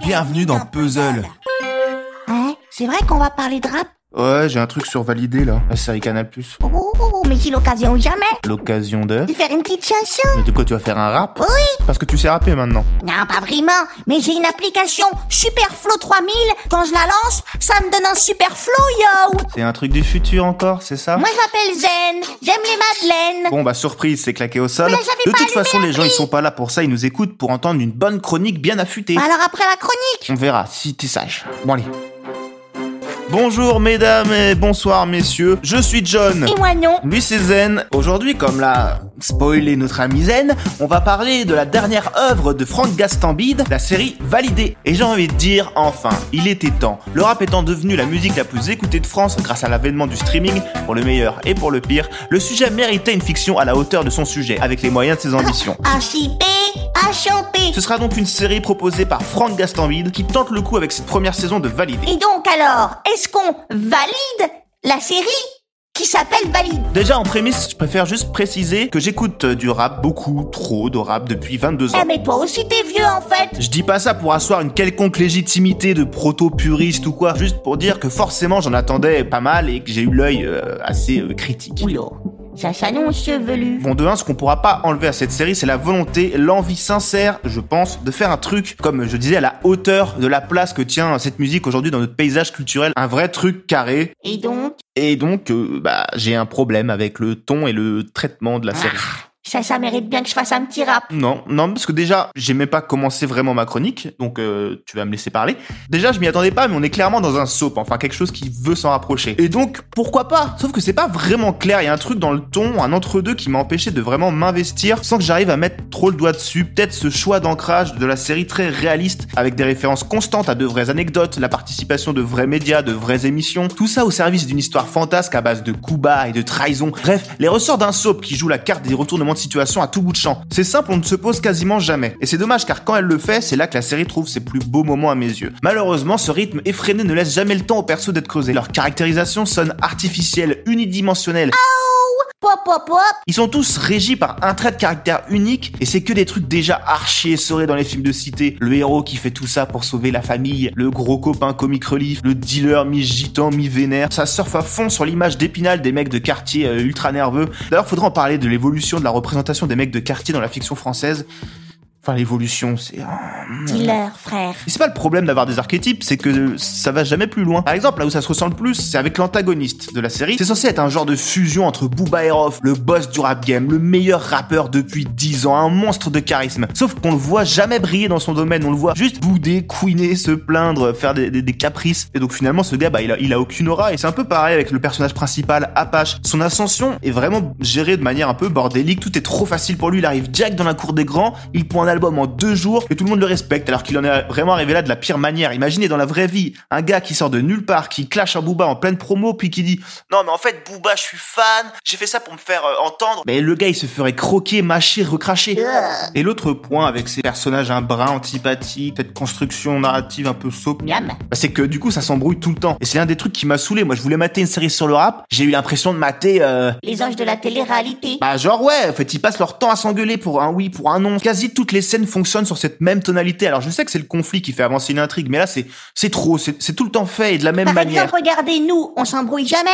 Bienvenue dans Puzzle. Hein C'est vrai qu'on va parler de rap Ouais, j'ai un truc sur validé là, la série Canal+. oh, oh, oh, oh, mais c'est l'occasion ou jamais L'occasion de... de faire une petite chanson. Mais de quoi tu vas faire un rap Oui Parce que tu sais rapper maintenant. Non, pas vraiment, mais j'ai une application Superflow 3000. Quand je la lance, ça me donne un superflow, yo C'est un truc du futur encore, c'est ça Moi, je m'appelle Zen, j'aime les madeleines. Bon bah surprise, c'est claqué au sol. Mais là, j'avais De pas toute allumé façon, la les gens ils grille. sont pas là pour ça, ils nous écoutent pour entendre une bonne chronique bien affûtée. Alors après la chronique On verra si t'es sage. Bon allez. Bonjour mesdames et bonsoir messieurs, je suis John. Et moi non Lui c'est Zen. Aujourd'hui, comme l'a spoilé notre ami Zen, on va parler de la dernière œuvre de Franck Gastambide, la série Validée. Et j'ai envie de dire, enfin, il était temps. Le rap étant devenu la musique la plus écoutée de France grâce à l'avènement du streaming, pour le meilleur et pour le pire, le sujet méritait une fiction à la hauteur de son sujet, avec les moyens de ses ambitions. HIP, HOP. Ce sera donc une série proposée par Franck Gastambide qui tente le coup avec cette première saison de Validée. Et donc alors, est-ce qu'on valide la série qui s'appelle Valide Déjà en prémisse, je préfère juste préciser que j'écoute euh, du rap beaucoup trop de rap depuis 22 ans. Eh mais toi aussi t'es vieux en fait Je dis pas ça pour asseoir une quelconque légitimité de proto-puriste ou quoi, juste pour dire que forcément j'en attendais pas mal et que j'ai eu l'œil euh, assez euh, critique. Oula, ça s'annonce chevelu. Bon, de un, ce qu'on pourra pas enlever à cette série, c'est la volonté, l'envie sincère, je pense, de faire un truc, comme je disais, à la hauteur de la place que tient cette musique aujourd'hui dans notre paysage culturel, un vrai truc carré. Et donc, Et donc, euh, bah, j'ai un problème avec le ton et le traitement de la série. ça, ça mérite bien que je fasse un petit rap. Non, non, parce que déjà, j'ai même pas commencé vraiment ma chronique, donc euh, tu vas me laisser parler. Déjà, je m'y attendais pas, mais on est clairement dans un soap, enfin quelque chose qui veut s'en rapprocher. Et donc, pourquoi pas Sauf que c'est pas vraiment clair, il y a un truc dans le ton, un entre-deux qui m'a empêché de vraiment m'investir sans que j'arrive à mettre trop le doigt dessus. Peut-être ce choix d'ancrage de la série très réaliste, avec des références constantes à de vraies anecdotes, la participation de vrais médias, de vraies émissions, tout ça au service d'une histoire fantasque à base de coups bas et de trahison. Bref, les ressorts d'un soap qui joue la carte des retournements de situation à tout bout de champ. C'est simple, on ne se pose quasiment jamais. Et c'est dommage car quand elle le fait, c'est là que la série trouve ses plus beaux moments à mes yeux. Malheureusement, ce rythme effréné ne laisse jamais le temps aux persos d'être creusés. Leur caractérisation sonne artificielle, unidimensionnelle. Pop, pop, pop. Ils sont tous régis par un trait de caractère unique et c'est que des trucs déjà archi essorés dans les films de cité. Le héros qui fait tout ça pour sauver la famille, le gros copain comic relief, le dealer mi-gitan, mi-vénère. Ça surfe à fond sur l'image d'épinal des mecs de quartier euh, ultra nerveux. D'ailleurs, faudra en parler de l'évolution de la représentation des mecs de quartier dans la fiction française. Enfin, l'évolution, c'est... hein. Hmm. Dealer, frère. Et C'est pas le problème d'avoir des archétypes, c'est que ça va jamais plus loin. Par exemple, là où ça se ressent le plus, c'est avec l'antagoniste de la série. C'est censé être un genre de fusion entre Booba et Rof, le boss du rap game, le meilleur rappeur depuis 10 ans, un monstre de charisme. Sauf qu'on le voit jamais briller dans son domaine, on le voit juste bouder, couiner, se plaindre, faire des, des- des caprices. Et donc finalement, ce gars, bah, il a, il a aucune aura. Et c'est un peu pareil avec le personnage principal, Apache. Son ascension est vraiment gérée de manière un peu bordélique, tout est trop facile pour lui, il arrive Jack dans la cour des grands, il prend un album en deux jours et tout le monde le respecte alors qu'il en est vraiment arrivé là de la pire manière. Imaginez dans la vraie vie, un gars qui sort de nulle part, qui clash un Booba en pleine promo puis qui dit "Non mais en fait Booba, je suis fan, j'ai fait ça pour me faire euh, entendre." Mais le gars, il se ferait croquer, mâcher, recracher. Et l'autre point avec ces personnages un brin antipathique, cette construction narrative un peu soap, Miam. bah, c'est que du coup ça s'embrouille tout le temps. Et c'est l'un des trucs qui m'a saoulé. Moi je voulais mater une série sur le rap, j'ai eu l'impression de mater euh, Les anges de la télé-réalité. bah genre ouais, en fait ils passent leur temps à s'engueuler pour un oui, pour un non. Quasi toutes les scènes fonctionnent sur cette même tonalité. Alors je sais que c'est le conflit qui fait avancer une intrigue, mais là c'est c'est trop, c'est c'est tout le temps fait et de la même Par manière. exemple, regardez, nous, on s'embrouille jamais.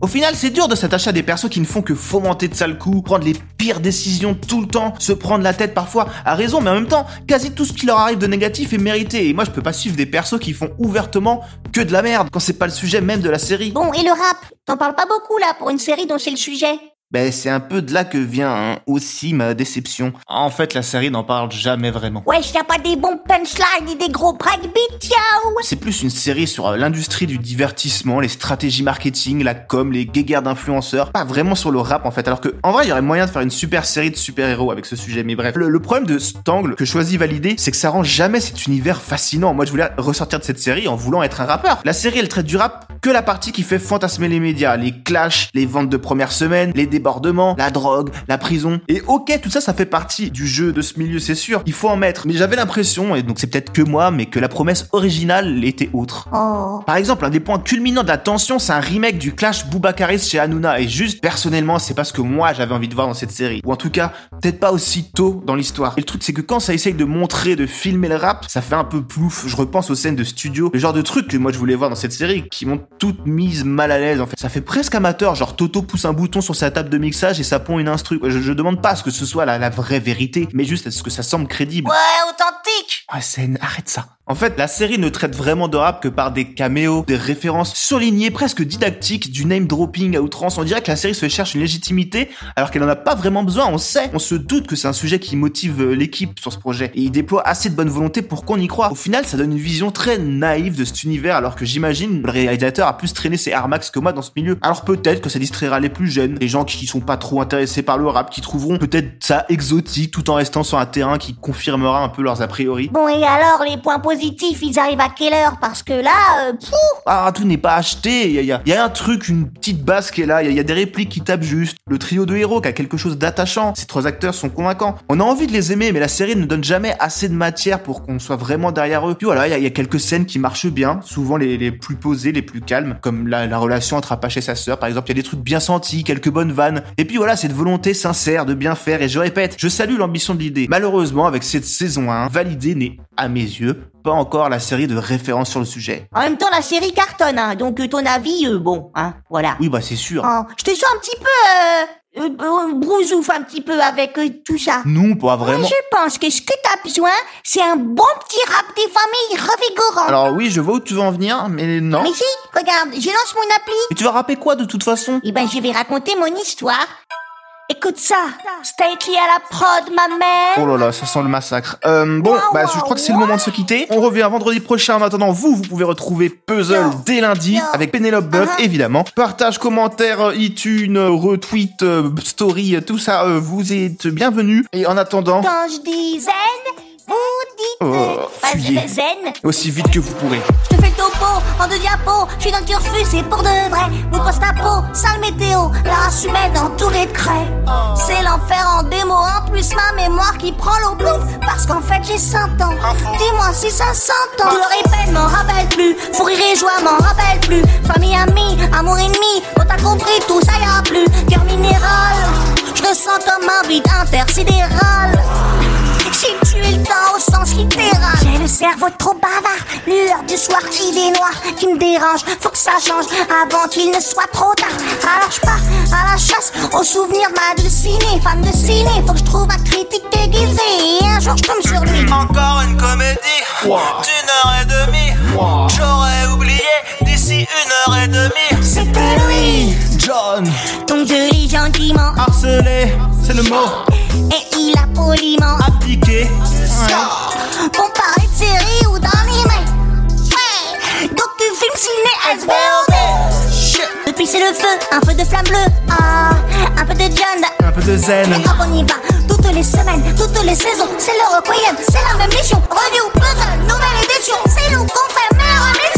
Au final, c'est dur de s'attacher à des persos qui ne font que fomenter de sales coups, prendre les pires décisions tout le temps, se prendre la tête parfois à raison, mais en même temps, quasi tout ce qui leur arrive de négatif est mérité. Et moi je peux pas suivre des persos qui font ouvertement que de la merde quand c'est pas le sujet même de la série. Bon, et le rap T'en parles pas beaucoup, là, pour une série dont c'est le sujet. Ben c'est un peu de là que vient hein, aussi ma déception. En fait, la série n'en parle jamais vraiment. Wesh, y a pas des bons punchlines et des gros breakbeats, yo C'est plus une série sur euh, l'industrie du divertissement, les stratégies marketing, la com, les guéguerres d'influenceurs. Pas vraiment sur le rap en fait. Alors que, en vrai, il y aurait moyen de faire une super série de super-héros avec ce sujet. Mais bref, le, le problème de cet angle que choisit Validé, c'est que ça rend jamais cet univers fascinant. Moi, je voulais ressortir de cette série en voulant être un rappeur. La série, elle traite du rap que la partie qui fait fantasmer les médias, les clashs, les ventes de première semaine, les débordements, la drogue, la prison. Et ok, tout ça, ça fait partie du jeu de ce milieu, c'est sûr. Il faut en mettre. Mais j'avais l'impression, et donc c'est peut-être que moi, mais que la promesse originale était autre. Oh. Par exemple, un des points culminants de la tension, c'est un remake du clash Boubacaris chez Hanouna. Et juste, personnellement, c'est pas ce que moi j'avais envie de voir dans cette série. Ou en tout cas, peut-être pas aussi tôt dans l'histoire. Et le truc, c'est que quand ça essaye de montrer, de filmer le rap, ça fait un peu plouf. Je repense aux scènes de studio, le genre de truc que moi je voulais voir dans cette série, qui m'ont toutes mises mal à l'aise en fait. Ça fait presque amateur, genre Toto pousse un bouton sur sa table de mixage et ça pond une instru. Je, je demande pas à ce que ce soit la, la vraie vérité, mais juste à ce que ça semble crédible. Ouais, authentique. Ah, scène, arrête ça. En fait, la série ne traite vraiment de rap que par des caméos, des références surlignées, presque didactiques, du name dropping à outrance. On dirait que la série se cherche une légitimité alors qu'elle en a pas vraiment besoin. On sait, on se doute que c'est un sujet qui motive euh, l'équipe sur ce projet. Et il déploie assez de bonne volonté pour qu'on y croit. Au final, ça donne une vision très naïve de cet univers alors que j'imagine le réalisateur a plus traîné ses Armax que moi dans ce milieu. Alors peut-être que ça distraira les plus jeunes, les gens qui sont pas trop intéressés par le rap, qui trouveront peut-être ça exotique tout en restant sur un terrain qui confirmera un peu leurs a priori. Bon, et alors, les points positifs, ils arrivent à quelle heure Parce que là, euh, pouf Ah, tout n'est pas acheté. Il y a, y a- y a un truc, une petite base qui est là. Il y, a- y a des répliques qui tapent juste. Le trio de héros qui a quelque chose d'attachant. Ces trois acteurs sont convaincants. On a envie de les aimer, mais la série ne donne jamais assez de matière pour qu'on soit vraiment derrière eux. Puis voilà, il y a- y, a quelques scènes qui marchent bien, souvent les, les plus posées, les plus calmes, comme la, la relation entre Apache et sa sœur, par exemple. Il y a des trucs bien sentis, quelques bonnes vannes. Et puis voilà, cette volonté sincère de bien faire. Et je répète, je salue l'ambition de l'idée. Malheureusement, avec cette saison 1, validée n'est, à mes yeux, pas encore la série de référence sur le sujet. En même temps, la série cartonne, hein, donc euh, ton avis, euh, bon, hein, voilà. Oui, bah c'est sûr. Oh, je te sens un petit peu... Euh, euh, euh, brousouf un petit peu avec euh, tout ça. Non, pas Moi, vraiment. je pense que ce que t'as besoin, c'est un bon petit rap des familles revigorant. Alors oui, je vois où tu veux en venir, mais non. Mais si, regarde, je lance mon appli. Et tu vas rapper quoi de toute façon Eh ben, je vais raconter mon histoire. Écoute ça, Stately à la prod, ma mère. Oh là là, ça sent le massacre. Euh, bon, bah, je crois que c'est le moment de se quitter. On revient vendredi prochain. En attendant, vous, vous pouvez retrouver Puzzle Yo. dès lundi Yo. avec Pénélope Buff, Uh-huh. évidemment. Partage, commentaire, euh, iTunes, euh, retweet, euh, story, euh, tout ça, euh, vous êtes bienvenus. Et en attendant, Quand je dis zen, vous dites... Oh, fuyez. Vas-y, zen. aussi vite que vous pourrez. Je te fais le topo en deux diapos, je suis dans le turfu, c'est pour de vrai. Vous poste à peau, sale météo, la race humaine entourée de craie. C'est l'enfer en démo, en plus ma mémoire qui prend l'eau plouf, parce qu'en fait j'ai 100 ans. Dis-moi si ça s'entend. Douleur et peine m'en rappelle plus, fou rire et joie m'en rappelle plus. Famille, amis, amour, ennemi, on t'a compris, tout ça ira plus. Cœur minéral, je ressens comme un vide intersidéral. J'ai tué le temps au sens littéral. J'ai le cerveau trop bavard, l'heure du soir, idée noire qui me dérange. Faut que ça change avant qu'il ne soit trop tard. Alors je pars à la chasse aux souvenirs de ma dulcinée, femme de ciné. Faut que je trouve un critique déguisé et un jour je tombe sur lui. Encore une comédie d'une heure et demie. J'aurais oublié d'ici une heure et demie. C'était lui, John, donc je lis gentiment harcelé, c'est le mot. et il a poliment. Appliqué. On parlait de série ou d'anime. Hey, donc tu filmes ciné SVOD. Depuis c'est le feu, un feu de flamme bleue. Ah, un peu de John. Un peu de zen. Et hop, on y va. Toutes les semaines, toutes les saisons. C'est le requiem, c'est la même mission. Review, puzzle, nouvelle édition. C'est nous qu'on fait meilleure émission. Ah Bah